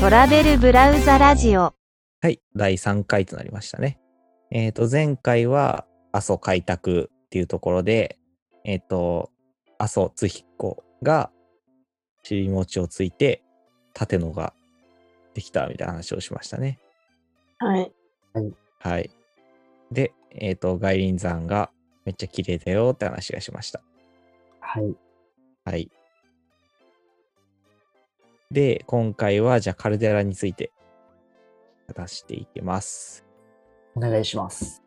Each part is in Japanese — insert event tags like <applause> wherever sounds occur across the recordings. トラベルブラウザラジオ。はい、第3回となりましたね。えっ、と、前回は阿蘇開拓っていうところで、えっ、と、阿蘇津彦が尻餅をついて、立野ができたみたいな話をしましたね。はい。はい。で、えっ、と、外輪山がめっちゃ綺麗だよって話がしました。はい。はい。で、今回はじゃあカルデラについて話していきます。お願いします。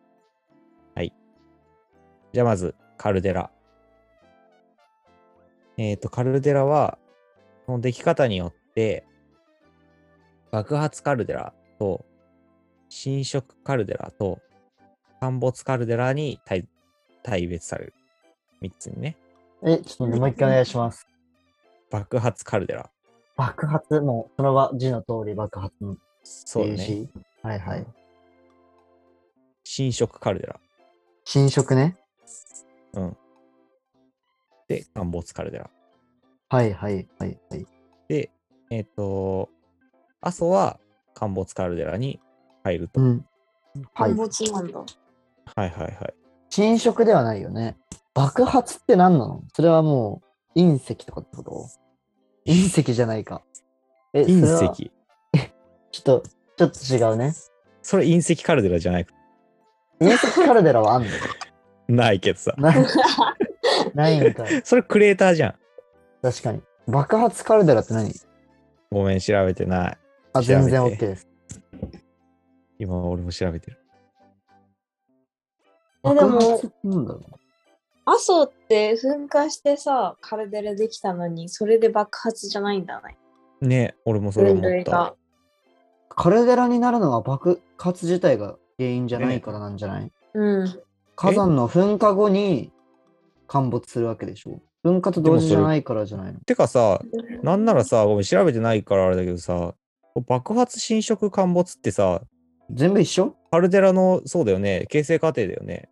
じゃあまず、カルデラ。えっ、と、カルデラは、その出来方によって、爆発カルデラと、侵食カルデラと、陥没カルデラに対対別される。三つにね。え、ちょっともう一回お願いします。爆発カルデラ。爆発、もう、その場、字の通り爆発のそうだね。字はいはい。侵食カルデラ。侵食ね。うん。で、陥没カルデラ。はいはいはいはい。で、えっ、と、阿蘇は陥没カルデラに入ると。うん。はい陥。没なんだ。はいはいはい。侵食ではないよね。爆発って何なのそれはもう、隕石とかってこと隕石じゃないか。え、それは隕石。ちょっと、ちょっと違うね。それ隕石カルデラじゃない隕石カルデラはあ <laughs> んのないけどさ。ないないんかい。それクレーターじゃん。確かに。爆発カルデラって何ごめん、調べてない。あ、全然調 OK べてです。今俺も調べてる。えでも爆発ってなんだろう阿蘇って噴火してさ、カルデラできたのに、それで爆発じゃないんだね。ね俺もそれ思っ分類がた。カルデラになるのは爆発自体が原因じゃないからなんじゃない、うん。火山の噴火後に陥没するわけでしょ噴火と同時じゃないからじゃないのてかさ、なんならさ、ごめん、調べてないからあれだけどさ、爆発侵食陥没ってさ、全部一緒カルデラの、そうだよね、形成過程だよね。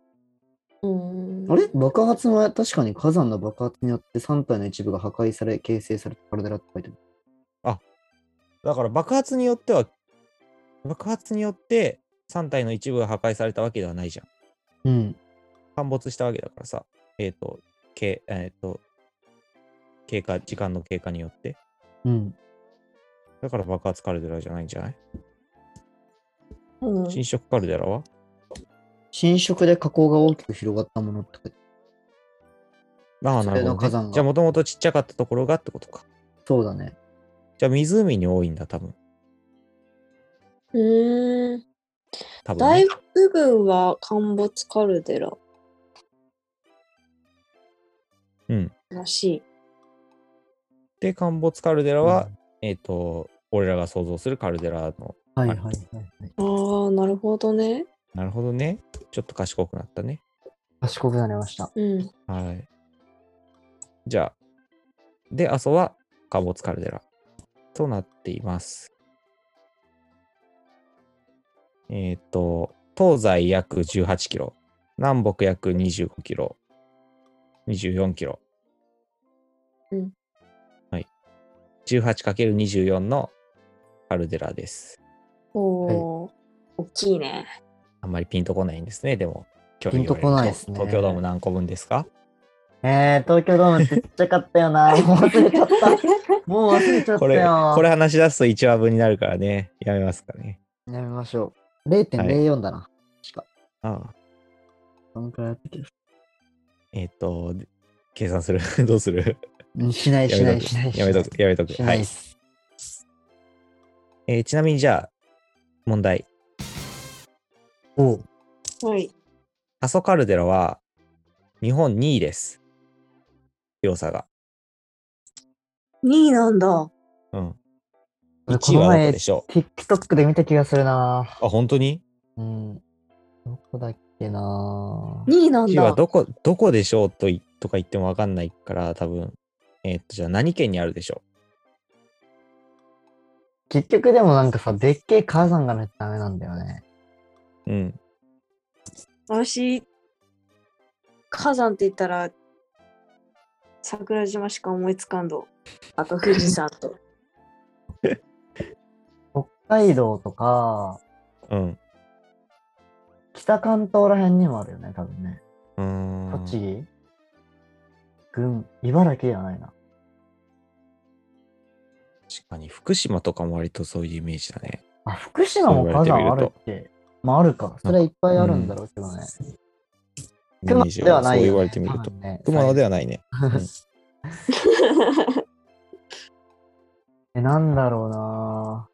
うん。あれ爆発も確かに火山の爆発によって3体の一部が破壊され形成されたカルデラって書いてある。だから爆発によっては、爆発によって3体の一部が破壊されたわけではないじゃん。うん。陥没したわけだからさ、えっ、と、けえっ、と、経過、時間の経過によって。うん。だから爆発カルデラじゃないんじゃないうん侵食カルデラは侵食で火口が大きく広がったものって書いてある。ああ、そなれるのほ火ど、山ね。がじゃあもともとちっちゃかったところがってことか。そうだね。じゃあ湖に多いんだ、多分。うーん。多分、大ね。部分は陥没カルデラうん。らしで、陥没カルデラは、うえっ、と、俺らが想像するカルデラの。はいはいはい、はい。い。ああ、なるほどね。なるほどね。ちょっと賢くなったね。賢くなりました。うん。はい。じゃあ、で、阿蘇は陥没カルデラとなっています。えっ、と、東西約18キロ、南北約25キロ、24キロ。うんはい。18×24 のカルデラです。おお、大きいね。あんまりピンとこないんですね、でも。距ピンとこないですね東京ドーム何個分ですかえー、東京ドームってちっちゃかったよな。もう忘れち <laughs> ゃった。もう忘れちゃったこれ、よ。これ話し出すと1話分になるからね、やめますかね。やめましょう。0.04だな。しか。ああそのくらいだったっけえっ、と、で計算する <laughs> どうするうんしないしやなめいとしないく。しやないめとく。やめとく。しはないいっ。す。えーちなみにじゃあ、問題。おうはい。阿蘇カルデラは、日本2位です。広さが。 2位なんだ。うん。これ1位はこどの前こでしょ TikTok で見た気がするなうあ、本当にうん。どこだっけな2位なん ?1 位はだ。どこ、どこでしょうといとか言ってもわかんないから、多分。えっ、と、じゃあ何県にあるでしょ結局でもなんかさ、でっけえ火山がないとダメなんだよね。ううん。私、火山って言ったら、桜島しか思いつかんど。あと富士山と。海道とか、うん。北関東ら辺にもあるよね、多分ね。うーん。栃木群、茨城ではないな。確かに、福島とかも割とそういうイメージだね。あ、福島も火山あるって。まああるか。それはいっぱいあるんだろうけどね。熊野ではないよ、ね。そう言われてみると多。分ね、熊野ではないね。 <laughs> え、なんだろうな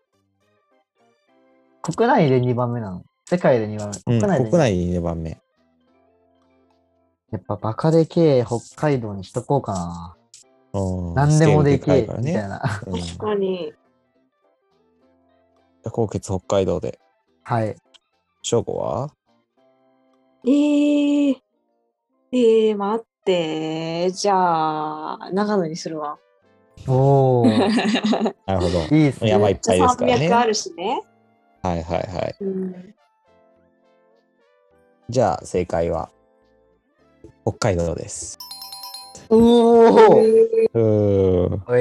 ぁ国内で2番目なの。世界で2番う目。ん、国内で国内に2番目。やっぱバカでけえ北海道にしとこうかな。何何でもでけえみからたいね。な。 <laughs> うん確かに。高血北海道で。はい。正午はえー、えー、待って。じゃあ、長野にするわ。おー、なるほど。いいっすね。山いっじぱいでゃあすからね。 300あはいるしね。はいはい。うん、じゃあ正解は北海道です。おーうーん。お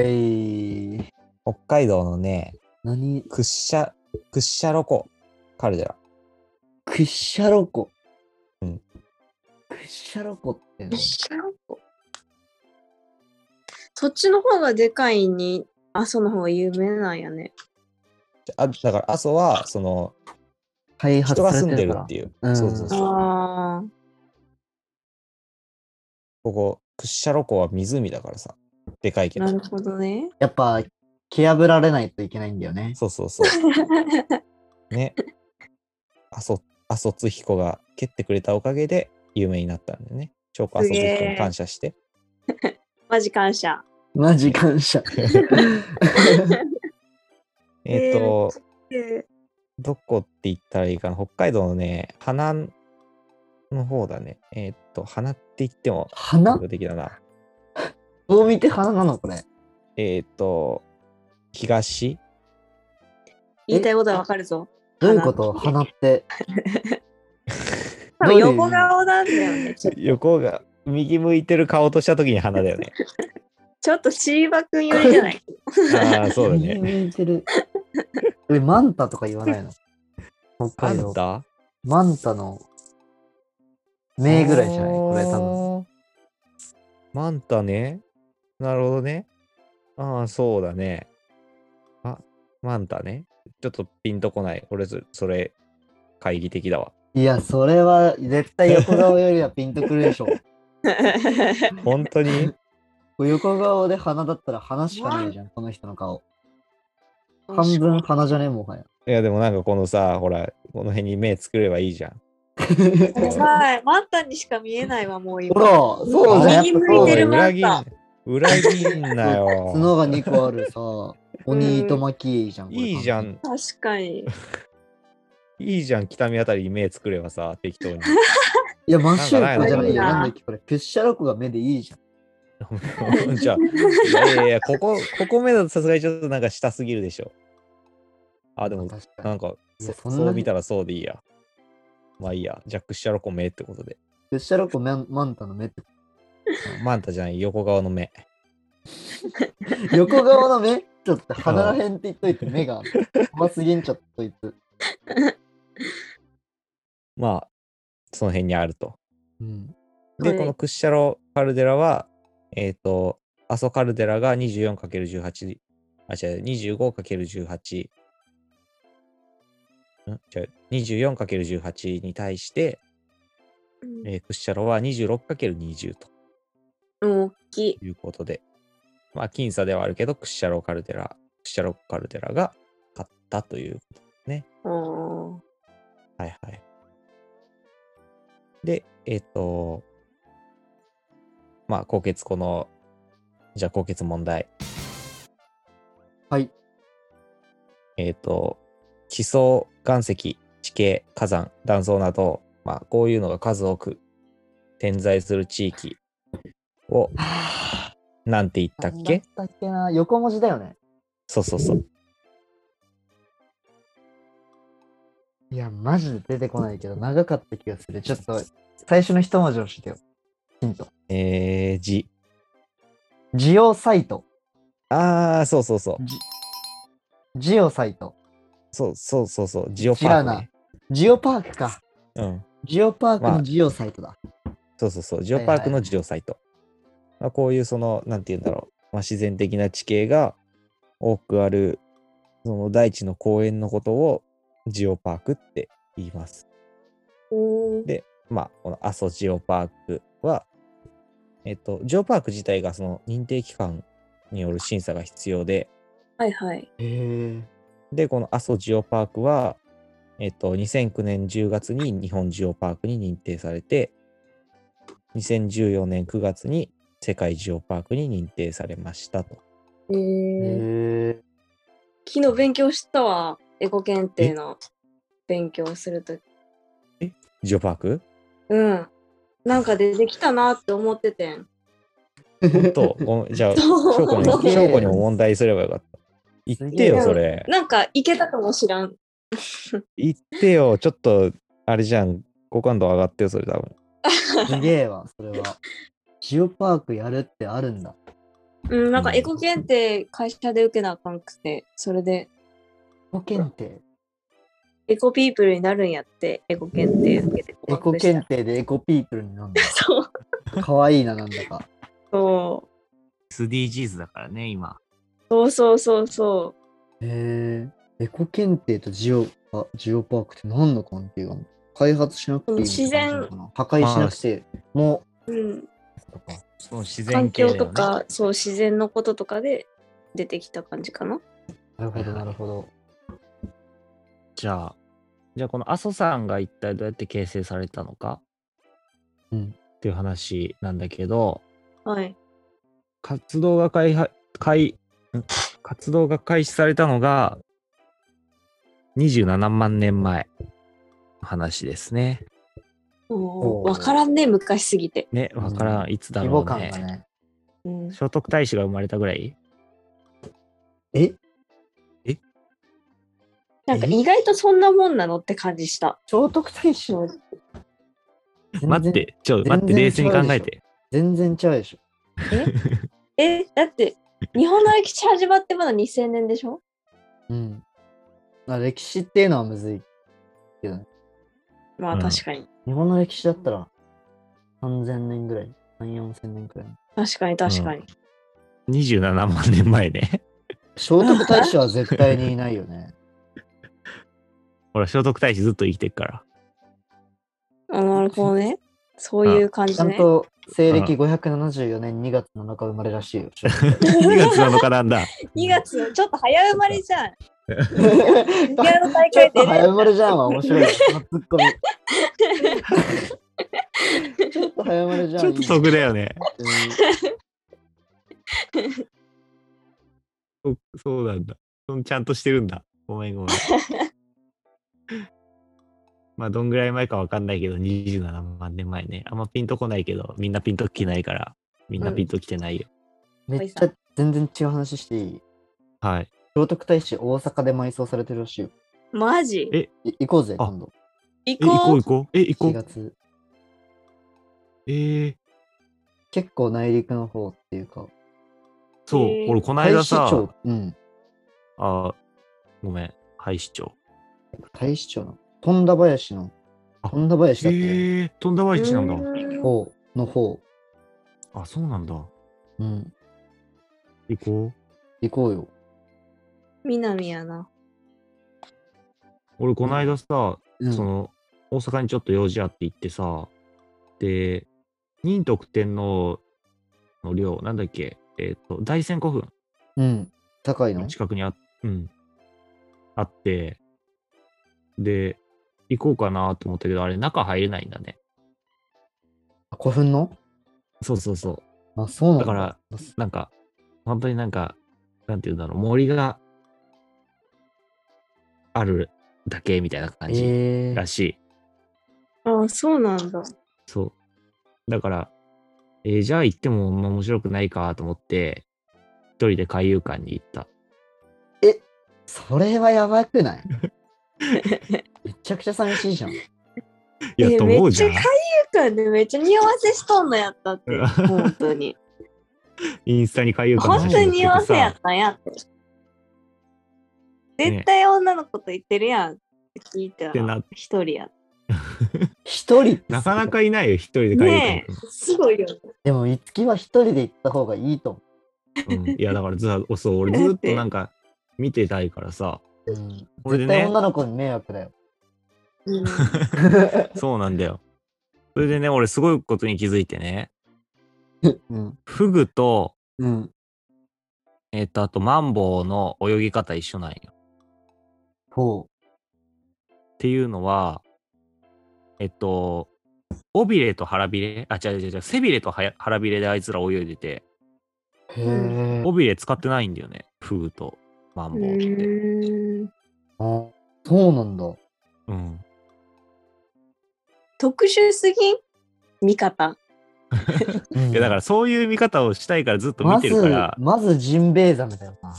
い北海道のね、何クッシャ、クッシャロコカルデラ。クッシャロコ。うんクッシャロコってえ。そっちの方がでかいに、阿蘇の方が有名なんやね。あだから阿蘇はその開発人がさ住んれでてるるかっらて。いう。うんそうそうそう。ああ、ここクッシャロコは湖だからさ。でかいけどな。るほどね。やっぱ、蹴破られないといけないんだよね。そうそうそう。ね。阿蘇、阿蘇津彦が蹴ってくれたおかげで有名になったんでね。超過阿蘇津す彦げにえ感謝して。マジ感謝。マジ感謝。えっ、と、えどこって言ったらいいかな。北海道のね、花の方だね。えっ、と、花って言っても、花的だな。どう見て花なのこれ。えっ、と、東言いたいことはわかるぞ。どういうこと花って。多分横顔なんだよね。ちょ横が右向いてる顔とした時に花だよね。ちょっとチーバくん寄りじゃない。ああ、そうだ右 <laughs> ね。向いてる。え、マンタとか言わないの北あ海ん道。たマンタの目ぐらいじゃないこれ多分。マンタね。なるほどね。ああ、そうだね。あ、マンタね。ちょっとピンとこない。俺そ、それ、懐疑的だわ。分。いや、それは絶対横顔よりはピンとくるでし <laughs> ょ。本当に横顔で鼻だったら鼻しかないじゃん、この人の顔。 <laughs> 半分鼻じゃねえ、<laughs> もはや。いや、でもなんかこのさ、ほら、この辺に目作ればいいじゃん。やばい。マンタにしか見えないわ、もうほ今。ら、そうじゃん。右やっ向ぱそいうてだるよ。裏切ん裏切んな <laughs> よ。角が2個あるさ、鬼糸巻きいいじゃん。これいいじゃ。ん。確かに。 <laughs> いいじゃん。北見あたりに目作ればさ、適当に。いや、マッシュルクじゃないよ。なんかないのなんだっけ、これ。プッシャロコが目でいいじゃ <laughs> ん。じゃあ、いやいやいや、ここ、ここ目だとさすがにちょっとなんか下すぎるでしょ。あ、でも、確かなに。んかいやそ、そんなそう見たらそうでいいや。まあいいや。ジャック・シャロコ目ってことで。プッシャロコマンマンタの目って。マンタじゃない、横顔の目。横顔の目ちょっと鼻らへんって言っといて目が怖すぎんちょっとこいつ。まあ、その辺にあると。うん。で、はいこのクッシャロカルデラは、えっ、と、阿蘇カルデラが 24×18、あ、違う、25×18、ん違う、24×18 に対して、えークッシャロは 26×20 とうん、大きい。いうことで、まあ、僅差ではあるけど、クッシャロカルデラ、クッシャロカルデラが勝ったといううんはいはい。で、えっ、と、まあ、高血この、じゃあ高血問題。はい。えっ、と、地層、岩石、地形、火山、断層など、まあ、こういうのが数多く点在する地域 <sighs> を、なんて言ったっけだっけな。横文字だよね。そうそうそう。いや、マジで出てこないけど、長かった気がする。ちょっと、最初の一文字をしてよ。ヒント。えー、じ。ジオサイト。あー、そうそうそう。ジオサイト。そうそうそうそう、ジオパーク、ね。ジオパークか。うん。ジオパークまあのジオサイトだ。そうそうそう、ジオパークのジオサイト。まあ、こういうその、なんて言うんだろう、まあ、自然的な地形が多くある、その大地の公園のことをジオパークって言います。おーでまあ、この阿蘇ジオパークは、えっと、ジオパーク自体がその認定機関による審査が必要で、はいはい。へえ。で、この阿蘇ジオパークは、えっと、2009年10月に日本ジオパークに認定されて、2014年9月に世界ジオパークに認定されましたと。えー、へえ。昨日勉強したわ。エコ検定の勉強するとき。ジオパーク <laughs> うん。なんか出てきたなって思っててん。 <laughs> と、ごめんじゃあ、そ翔う子にすげえ翔子にも問題すればよかった。言ってよ、それ。なんかいけたかもしらん。言ってよ、ちょっと、あれじゃん、好感度上がってよ、それ多分。すげえわ、それは。ジオパークやるってあるんだ。うん、なんかエコ検定会社で受けなあかんくて、それでエコ検定。エコピープルになるんやって、エコ検定受けてエコ検定でエコピープルになるんだ。そう。かわいいな、なんだか。そ SDGs だからね、今。うそうそうそうそへえ。エコ検定とジオパジオパークって何の関係があるの開発しなくていいみたいな感じなのかな破壊しなくてもう。うん。とか、その自環然系だ境よねとか、そう、自然のこととかで出てきた感じかな。う。なるほど、なるほど。じゃあ、じゃあこの阿蘇山が一体どうやって形成されたのかうんっていう話なんだけど、はい。活動が開発開ん活動が開始されたのが27万年前の話ですね。もおうーわからんね、昔すぎて。ね、わから、うんいつだ規ろ模う感がね。ね。うん。聖徳太子が生まれたぐらいえなんか意外とそんなもんなのって感じした。聖徳太子の。待っ。て、ちょ、待って、全然冷静に考えて。全然ちゃうでしょ。え、だって、日本の歴史始まってまだ2000年でしょうん。まあ歴史っていうのはむずい。まうあん確かに。日本の歴史だったら3000年ぐらい。3、4000年くらい。確かに確かに。 27万年前ね。 <laughs> 聖徳太子は絶対にい <laughs> ないよね。ほら、聖徳太子ずっと生きてる <laughs> から。あなるほどね。そういう感ちじゃんね。と西暦574年2月7日生まれらしいよ。聖徳太2月7日 <laughs> なんだ。 2月のちょっと早生まれじゃん。子アの大ちょ会出っれると早生まれじゃんは面白いよ。そのツッ <laughs> コミ。ちょっと早生まれじゃん。ちょっと得だよね。そ <laughs> そうなんだ。そんちゃんとしてるんだ。ごめんごめん。 <laughs> まあ、どんぐらい前かわかんないけど、27万年前ね。あんまピンとこないけど、みんなピンときないから、みんなピンときてないよ。めっちゃ全然違う話していい。はい。聖徳太子大阪で埋葬されてるらしいよ。マジえい行こうぜ、あ今度。行え、行ここうう行こう。え、行こ4う。月。えー、結構内陸の方っていうか。そうえ、ー俺、こないだ太子さ町、。うん。あ、ごめん、廃市長。太子町の。富田林の。あ富田林えだっけー、飛んだわ市なんだ。う方の方。あ、そうなんだ。うん。行こう。行こうよ。ーん南やな。俺、こないださ、うんその大阪にちょっと用事あって行ってさで仁徳天皇の陵なんだっけえっ、と大仙古墳うん。高いのの近くにあ,、うん、あってで行こうかなと思ったけどあれ中入れないんだねあ古墳のそうそうそうあ、そうなんだからなんか本当になんかなんていうんだろう森があるだけみたいな感じえらー、しい、あそうなんだ。そう。だから、えーじゃあ行ってもまあ面白くないかと思って、一人で海遊館に行った。それはやば <laughs> くないめちゃくちゃ寂しいじゃん。いや、えーと思うじゃんめっ。ちゃ海遊館でめっちゃ匂わせしとんのやった <laughs> って。本当に。インスタに海遊館の本写当に真載匂わせてせやさっ、たんやって。絶対女の子と言ってるやんって聞いたってなら一人や一人なかなかいないよ、一人で帰るねえすごいよねでも、いつきは一人で行った方がいいと思人うんいや、だからずっと、そう、俺ずっとなんか見てたいからさ、う。うん、これでね絶対女の子に迷惑 <laughs> だよ。うんそうなんだよ。それでね、俺すごいことに気づいてね、うん。フグと、うん。えっ、と、あとマンボウの泳ぎ方一緒なんよ。そっていうのは、えっと、尾びれと腹びれ、あ、違う違う違う、背びれとはや腹びれであいつら泳いでて、う。へえ。尾びれ使ってないんだよね、フグとマンボウって。うんあそうなんだ。うん。特殊すぎん見方うんいや、だからそういう見方をしたいからずっと見てるから、まず、まずジンベエザメだよな。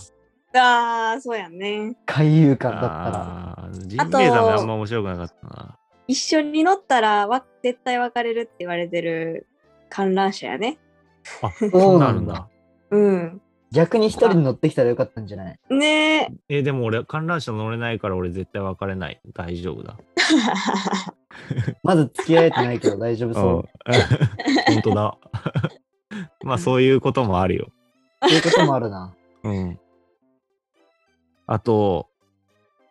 あーそうやね海遊館だったら。あージンベエザメあんま面白くなかったな。一緒に乗ったらわ絶対別れるって言われてる観覧車やねあ、そそううななんだるんだ。うん逆に一人に乗ってきたらよかったんじゃないね <laughs> ええでも俺、観覧車乗れないから俺絶対分かれない。大丈夫だ。まず付き合えてないけど大丈夫そう。 <laughs> うん。本当だ。 <laughs> まあそういうこともあるよ。っていうこともあるな。うん。あと、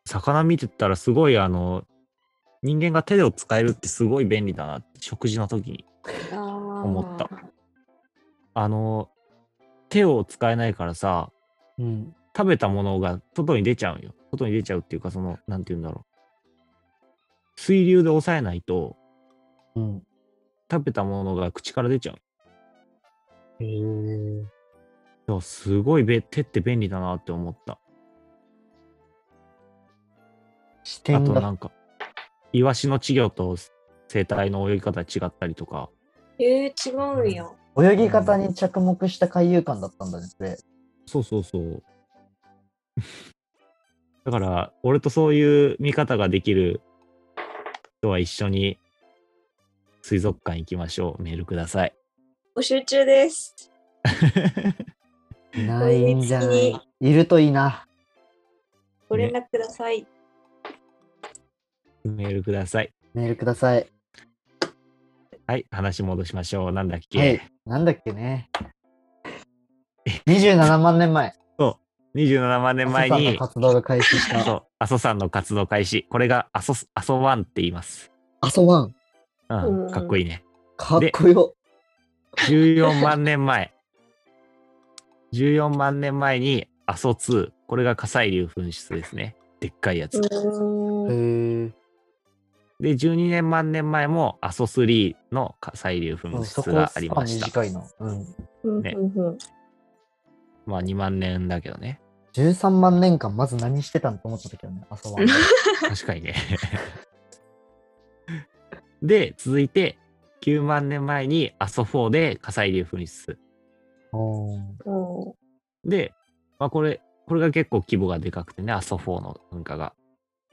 魚見てたらすごいあの、人間が手を使えるってすごい便利だなって、食事の時に。思ったあの、手を使えないからさ、うん。食べたものが外に出ちゃうんよ。外に出ちゃうっていうか、その、なんて言うんだろう。水流で抑えないと、うん。食べたものが口から出ちゃう。へえ。いやすごいべ手って便利だなって思った。視あ点となが。んか、イワシの稚魚と生態の泳ぎ方違ったりとか、えー、違うんや泳ぎ方に着目した海遊館だったんだね、それ。そうそう <laughs> そう。だから、俺とそういう見方ができる人は一緒に水族館行きましょう。メールください。募集中ですないんじゃないこいるといいな。ご連絡ください、メールください。メールください。はい、話戻しましょう。なんだっけ、はい。なんだっけね。27万年前。 ?27 万年前朝さんにの、活動が開始しそた。う阿蘇山の活動開始。これが阿蘇阿蘇ワンって言います。阿蘇湾。ううんん、かっこいいね。かっこよ。 14万年前。14万年前に阿蘇2。これが火砕流噴出ですね。でっかいやつ。へえ。で、12年万年前も阿蘇3の火砕流う噴んそ出こはがありました。短いの。うん。うんねうんうんまあ2万年だけどね。 13万年間、まず何してたんと思っちゃったけどね、朝は。確かにね。 <laughs> で、続いて9万年前に阿蘇4で火砕流噴出。おーおーで、まあこれ、これが結構規模がでかくてね、阿蘇4の噴火が。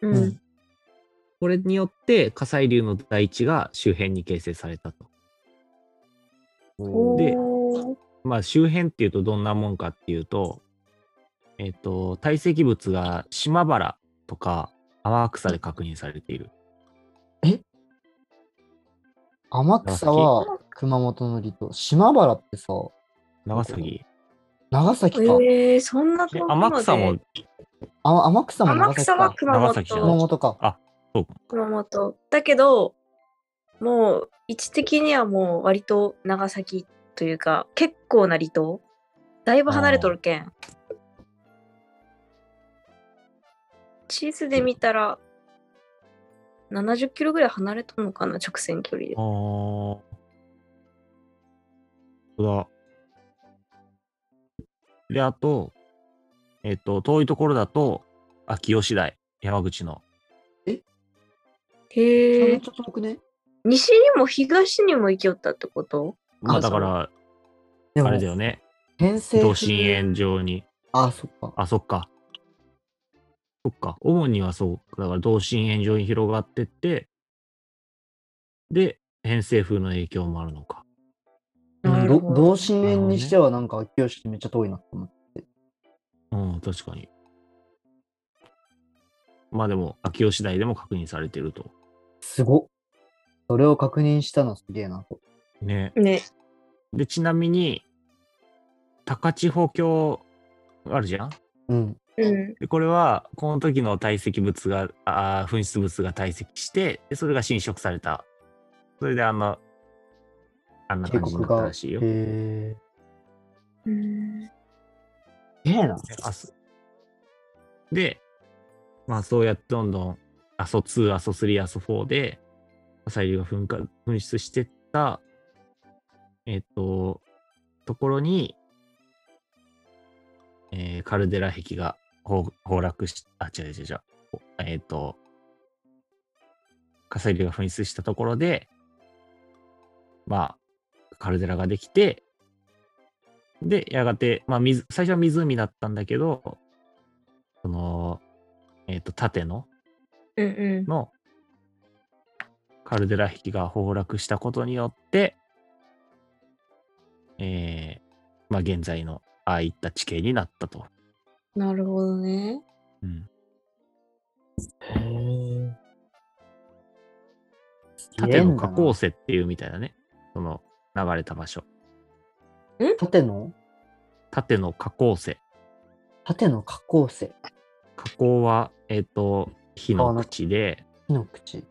うんうんこれによって火砕流の大地が周辺に形成されたと。おーでおーまあ周辺っていうとどんなもんかっていうと、えっ、と、堆積物が島原とか天草で確認されている。天草は熊本の離島。島原ってさ、長崎。長崎か。えー、そんなえ遠くま天で草も、あ天草も天長崎草はか。熊長崎じゃな熊い本本か。熊本だけどもう位置的にはもう割と長崎というか結構な離島だいぶ離れとるけん地図で見たら70キロぐらい離れとるのかな直線距離であー本当だ。で、あと、えっ、と、遠いところだと、秋吉台、山口の。そんへなえちょっと遠くね。西にも東にも行きよったってことまああだから、であれだよね。偏西風同心円状に。あ、そっか。あ、そっか。そっか。主にはそう。だから同心円状に広がってって、で、偏西風の影響もあるのか。うんど同心円になるほどねしてはなんか秋吉ってめっちゃ遠いなって思って。うん、確かに。まあでも、秋吉台でも確認されてると。すごっ。それを確認したのすげえなと。ね。ね。で、ちなみに、高千穂峡あるじゃんうん。うん。でこれは、この時の堆積物が、あー噴出物が堆積して、でそれが侵食された。それであんな、あんな警感じに告なったが。らしいよ。え。うんええな。で阿蘇で、まあそうやってどんどん、阿蘇2、阿蘇3、阿蘇4で、火砕流が噴火噴出してった、えっ、と、ところに、えーカルデラ壁が崩崩落し、あ、違う違う違う、えっ、と、火砕流が噴出したところで、まあ、カルデラができて、で、やがて、まあ、水、最初は湖だったんだけど、その、えっ、と、縦の、うんうん。の、カルデラ壁が崩落したことによって、えー、まあ、現在の、ああいった地形になったと。なるほどね。うん。縦の火口構成石っていうみたいだね。その、流れた場所。縦の縦の火口石。縦の加工性。火口は、えっ、と、火の口で、火の口。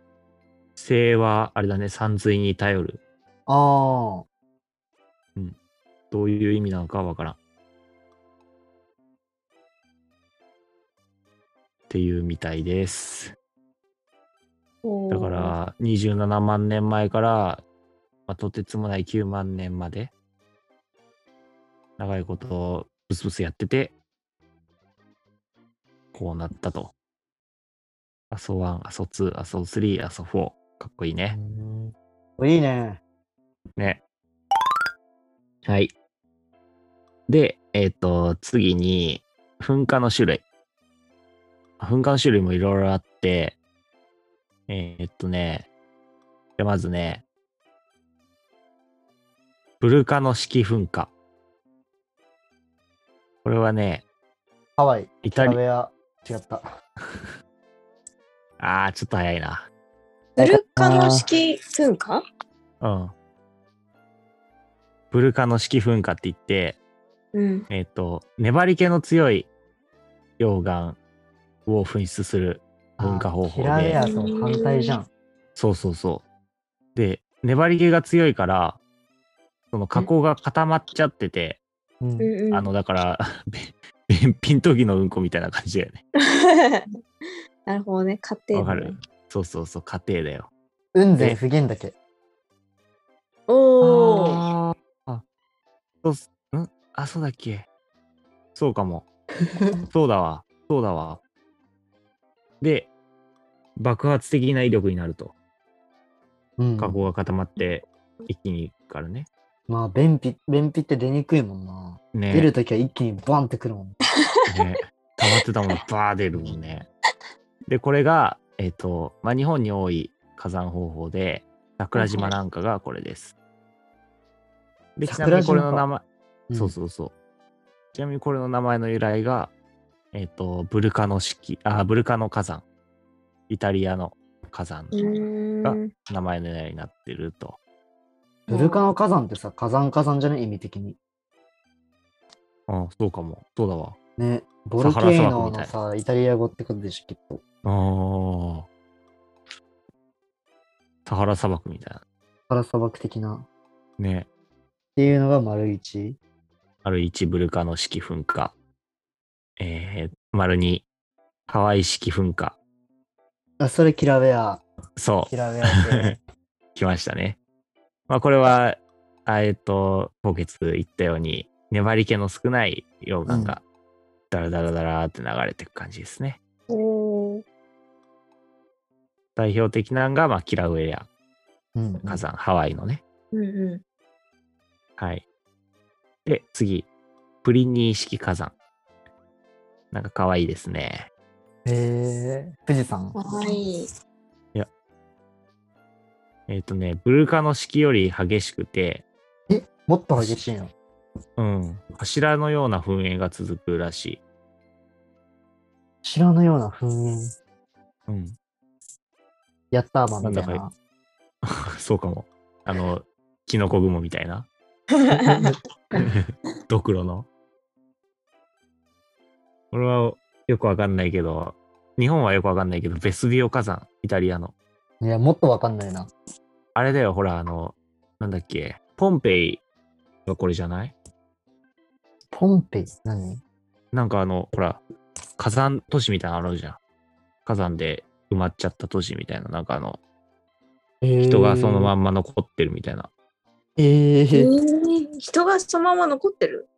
星は、あれだね、山水に頼る。ああ。どういう意味なのかはわからん。っていうみたいです。だか、ら27万年前から、まあ、とてつもない9万年まで長いことブスブスやっててこうなったと。アソ1、アソ2、アソ3、アソ4。かっこいいね。うんいいね。ね。はい。で、えっ、と、次に、噴火の種類。噴火の種類もいろいろあって、えーっとね、じゃあまずね、ブルカの式噴火。これはね、ハワイ、イタ北リ部屋、違った。ア、あー、ちょっと早いな。ブルカの式噴火うん。ブルカの式噴火って言って、うん。えっ、と、粘り気の強い溶岩を噴出する噴火方法あーキでラ。ベアと反対じゃん。そうそうそう。で、粘り気が強いから、その加工が固まっちゃってて、うんう。んうん。あの、だから、 <laughs> べ便秘の時のうんこみたいな感じだよね。 <laughs> なるほどね。家庭、わかる。そうそうそう、家庭だよ。雲仙すげえんだけ。おお。あーそうっす、んあ、そうだっけ。そうかも。そうだわ。そうだわ。で、爆発的な威力になると。うん。加工が固まって、一気にいくからね。まあ、便秘、便秘って出にくいもんな。ね出るときは一気にバンってくるもん。ね溜まってたもの、バー出るもんね。で、これが、えっ、と、まあ、日本に多い火山方法で、桜島なんかがこれです。で、ちなみにこれの名前、んそうそうそう。ちなみにこれの名前の由来が、えっ、と、ブルカノ式、あ、ブルカノ火山。イタリアの火山うのーん。名前の由来になってると。ブルカの火山ってさ、火山火山じゃない意味的に。うん、そうかも。そうだわ。ね。ボサルハケラ砂ー漠ノみたいのさ、イタリア語ってことでしょ、きっと。ああ。サハラ砂漠みたいサラ砂漠的な。っな。ね。ていうのが丸一。丸1、ブルカの式噴火。えー、丸2、ハワイ式噴火。あ、それキラベア。そキう、ラベ <laughs> アって。来ましたね。まあ、これは、あえっと、凍結言ったように、粘り気の少ない溶岩が、ダラダラダラーって流れていく感じですね。おー代表的なのが、まあ、キラウエア、うん。火山、ハワイのね。うんうはい。で、次、プリニー式火山。なんか可愛いですね。へえ。富士山ん。。かわ <laughs> いい。えっ、とね、ブルカの式より激しくて、え、もっと激しいの。うん。柱のような噴煙が続くらし白のような噴煙。い。うん。やったーマンみたいなんだな。 <laughs> そうかも。あの、キノコ雲みたい <laughs> な。ドクロの。俺はよくわかんないけど、日本はよくわかんないけど、ベスビオ火山、イタリアの。いや、もっとわかんないな。あれだよ、ほら、あの、なんだっけ、ポンペイはこれじゃないポンペイ何なんかあの、ほら、火山都市みたいなのあるじゃん。火山で埋まっちゃった都市みたいな、なんかあの、人がそのまま。んま残ってるみたいな。ええー、ー人がそのまま残ってる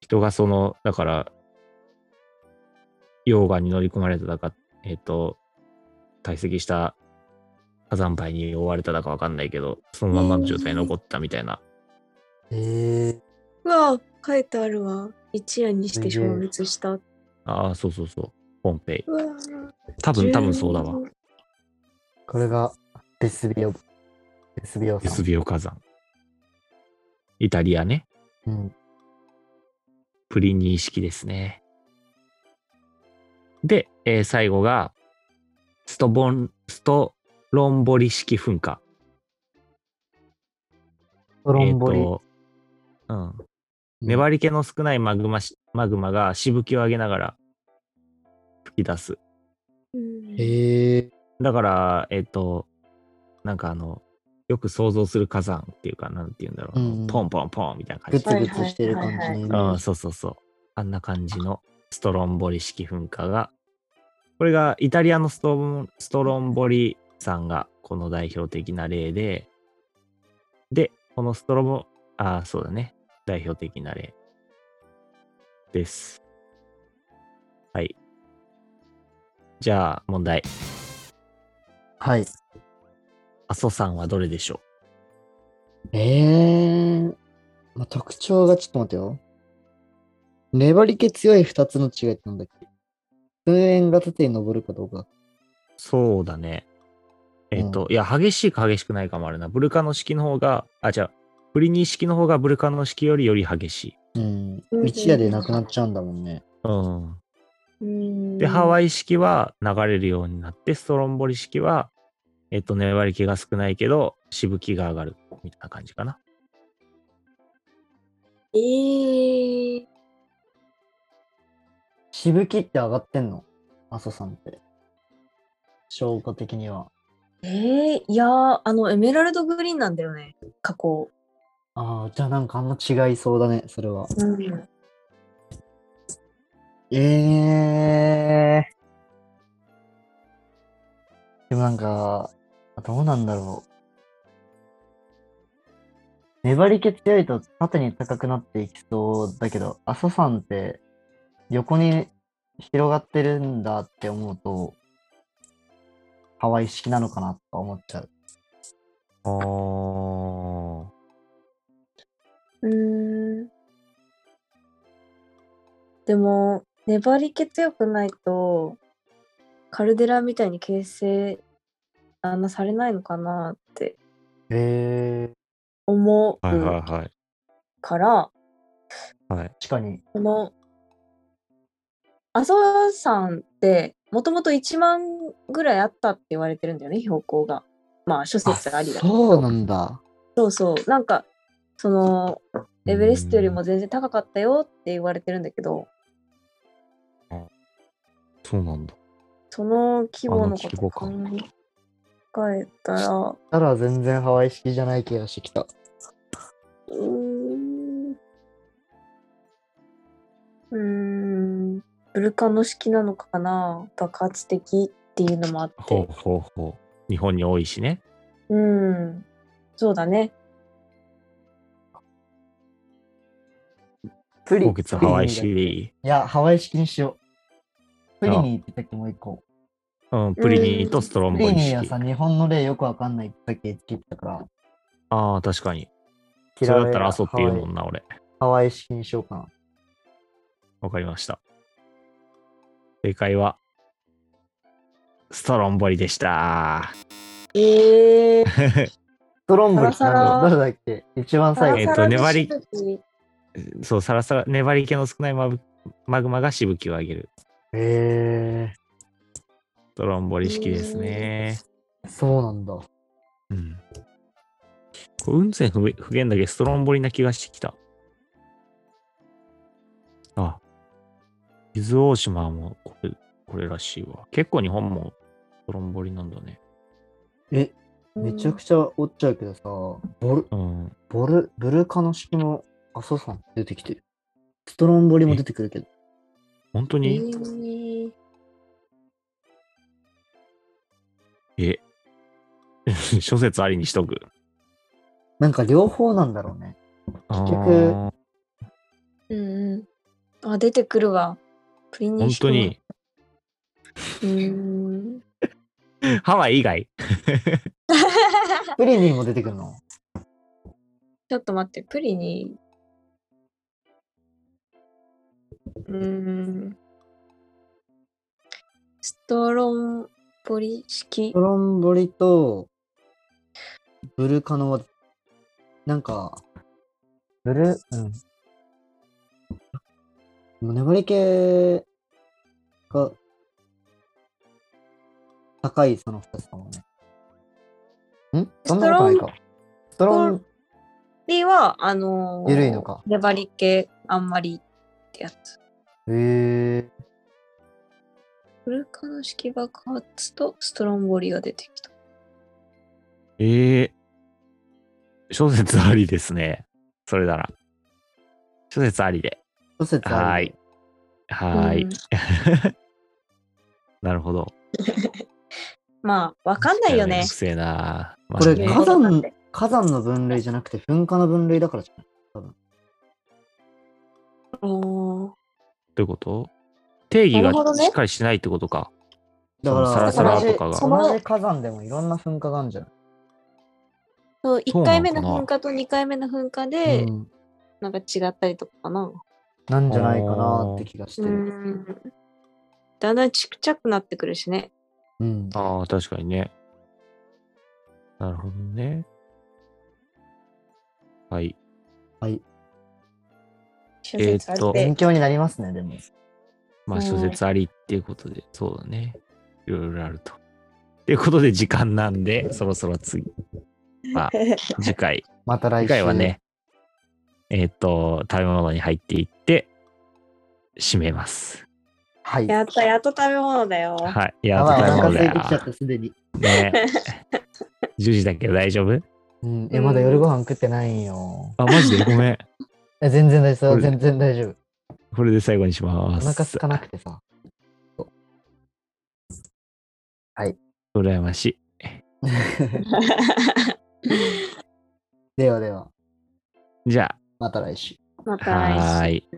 人がその、だから、溶岩に乗り込まれただか、えっ、と、堆積した火山灰に覆われただかわかんないけど、そのまんまの状態に残ったみたいな。えー、うわあ書いてあるわ一夜にして消滅したうああ、そうそうそう。ポンペイ。わ多分、多分そうだわ。これがベスビオ。ベスビオベさスん。ビオ火山。イタリアね。うん、プリニー式ですね。で、えー最後が、ストボン、ストロンボリ式噴火。トロンボえリ。ーとうん。粘り気の少ないマグマしマグマがしぶきを上げながら吹き出す。うんえー、だから、えっ、と、なんかあの、よく想像する火山っていうか、なんて言うんだろう、うんうんポンポンポンみたいな感グじツグツしてる感じのイメージ。うん、そうそうそう。あんな感じのストロンボリ式噴火が、これがイタリアのストンストロンボリさんがこの代表的な例で、で、このストロボ、ああ、そうだね。代表的な例です。はい。じゃあ、問題。はい。阿蘇山はどれでしょえー、まあ、特徴がちょっと待ってよ。粘り気強い2つの違いってなんだっけ噴煙が縦に登るかどうか。うそうだね。えっ、と、いや、激しいか激しくないかもあるな。ブルカノ式の方が、あ、じゃあ、プリニー式の方がブルカノ式よりより激しい。うん。うん一夜でなくなっちゃうんだもんね。うん、うんで、ハワイイ式は流れるようになって、ストロンボリ式は、えっと、粘り気が少ないけど、しぶきが上がるみたいな感じかな。えー、しぶきって上がってんの阿蘇さんって。消化的には。えー、いやーあのエメラルドグリーンなんだよね加工ああ、じゃあなんかあんま違いそうだね、それは。うんええでもなんか、どうなんだろう。粘り気強いと縦に高くなっていきそうだけど、阿蘇山って横に広がってるんだって思うと、ハワイ式なのかなとか思っちゃう。あーうんでも粘り気強くないとカルデラみたいに形成あんなされないのかなってええ思はいうはいはい。から、はい、確かに。この阿蘇山ってもともと1万ぐらいあったって言われてるんだよね標高がまあ諸説ありだけどそうなんだ。そうそうなんかそのエベレストよりも全然高かったよって言われてるんだけどそうなんだ。その規模あののこ規と模か考えたらただ全然ハワイ式じゃない気がしてきた。うーんうーんブルカノ式なのかな爆発的っていうのもあってほうほうほう。日本に多いしね。うん、そうだね。プ今月ハワイ式でいい。いや、ハワイ式にしよう。プリニーって言ったっけもう一個。うん、プリニーとストロプンリボリニーは式。さ、日本の例よくわかんないってさっき言ってたから。ああ、確かに。それだったらアソって言うもんハワイな、俺。ハワイ式にしようかな。わかりました。正解は、ストロンボリで <laughs> した。ええー。ストロンボリってなんだサろうラサ誰だっけ一番最後えにっ。と粘りサラサラのしぶきそう、さらさら、粘り気の少ないマグマグマがしぶきを上げる。えストロンボリ式ですね。そうなんだ。うん。これ雲仙ふ普賢岳ストロンボリな気がしてきた。あ、伊豆大島もこれ、これらしいわ。結構日本もストロンボリなんだね。え、めちゃくちゃおっちゃうけどさ、ボル、うん。ボル、ブルカの式も阿蘇山出てきてる。ストロンボリも出てくるけど。本当ゃにえ、 <laughs> 諸説ありにしとく。なんか両方なんだろうね。結局あうんうん。あ、出てくるわ。プリーニ本当に。うーん。ハワイ以外プリニーも出てくるのちょっと待って、プリに。うーん。ストロンボリス式ト。ロンボリとブルカノは、なんか、ブル、うん。もう粘り系が高いその2つかもね。んそんなことないか。ストロン、では、あのー緩いのか粘り系あんまりってやつ。へえブルカの式爆発とストロンボリが出てきた。ええ諸説ありですね。それなら。諸説ありで。諸説あるはーい。はーい。うんなるほど。まあ、わかんないよねく。せえな。まあこれねね火な山んで、火山の分類じゃなくて噴火の分類だからじゃないおーどういうこと定義ながるほどねしっかりしないってことか。だからそのサラサラ同じとかがその同じ火山でもいろんな噴火があるんじゃないそうそう1な回の目かなの噴火と2回目の噴火で、うんなんか違ったりとかかな。なんじゃないかなって気がしてうる。ん。だんだんちっちゃくなってくるしね。うん。ああ、確かにね。なるほどね。はい。はい。諸えーっ説あり <laughs> とで勉強になりますね、でも。まあうん諸説ありっていうことで、そうだね。いろいろあると。ということで時間なんで、そろそろ次。ま <laughs> あ、次回。また来次週。回はね、えーっと、食べ物に入っていって、締めます。はい。やった、やっと食べ物だよ。 <laughs> はい。いやや、ばい、お食べ腹物空だいてきちゃっよ。た、すでに。ね <laughs> 10時だけど大丈夫うん。え、まだ夜ご飯食ってないんよ。あ、マジでごめん。え、全然大丈こ夫。れ全然大丈夫。これで最後にしおます。腹空かなくてさ。羨ましい。ではでは、じゃまた来週。まあ、た来週は。ーい。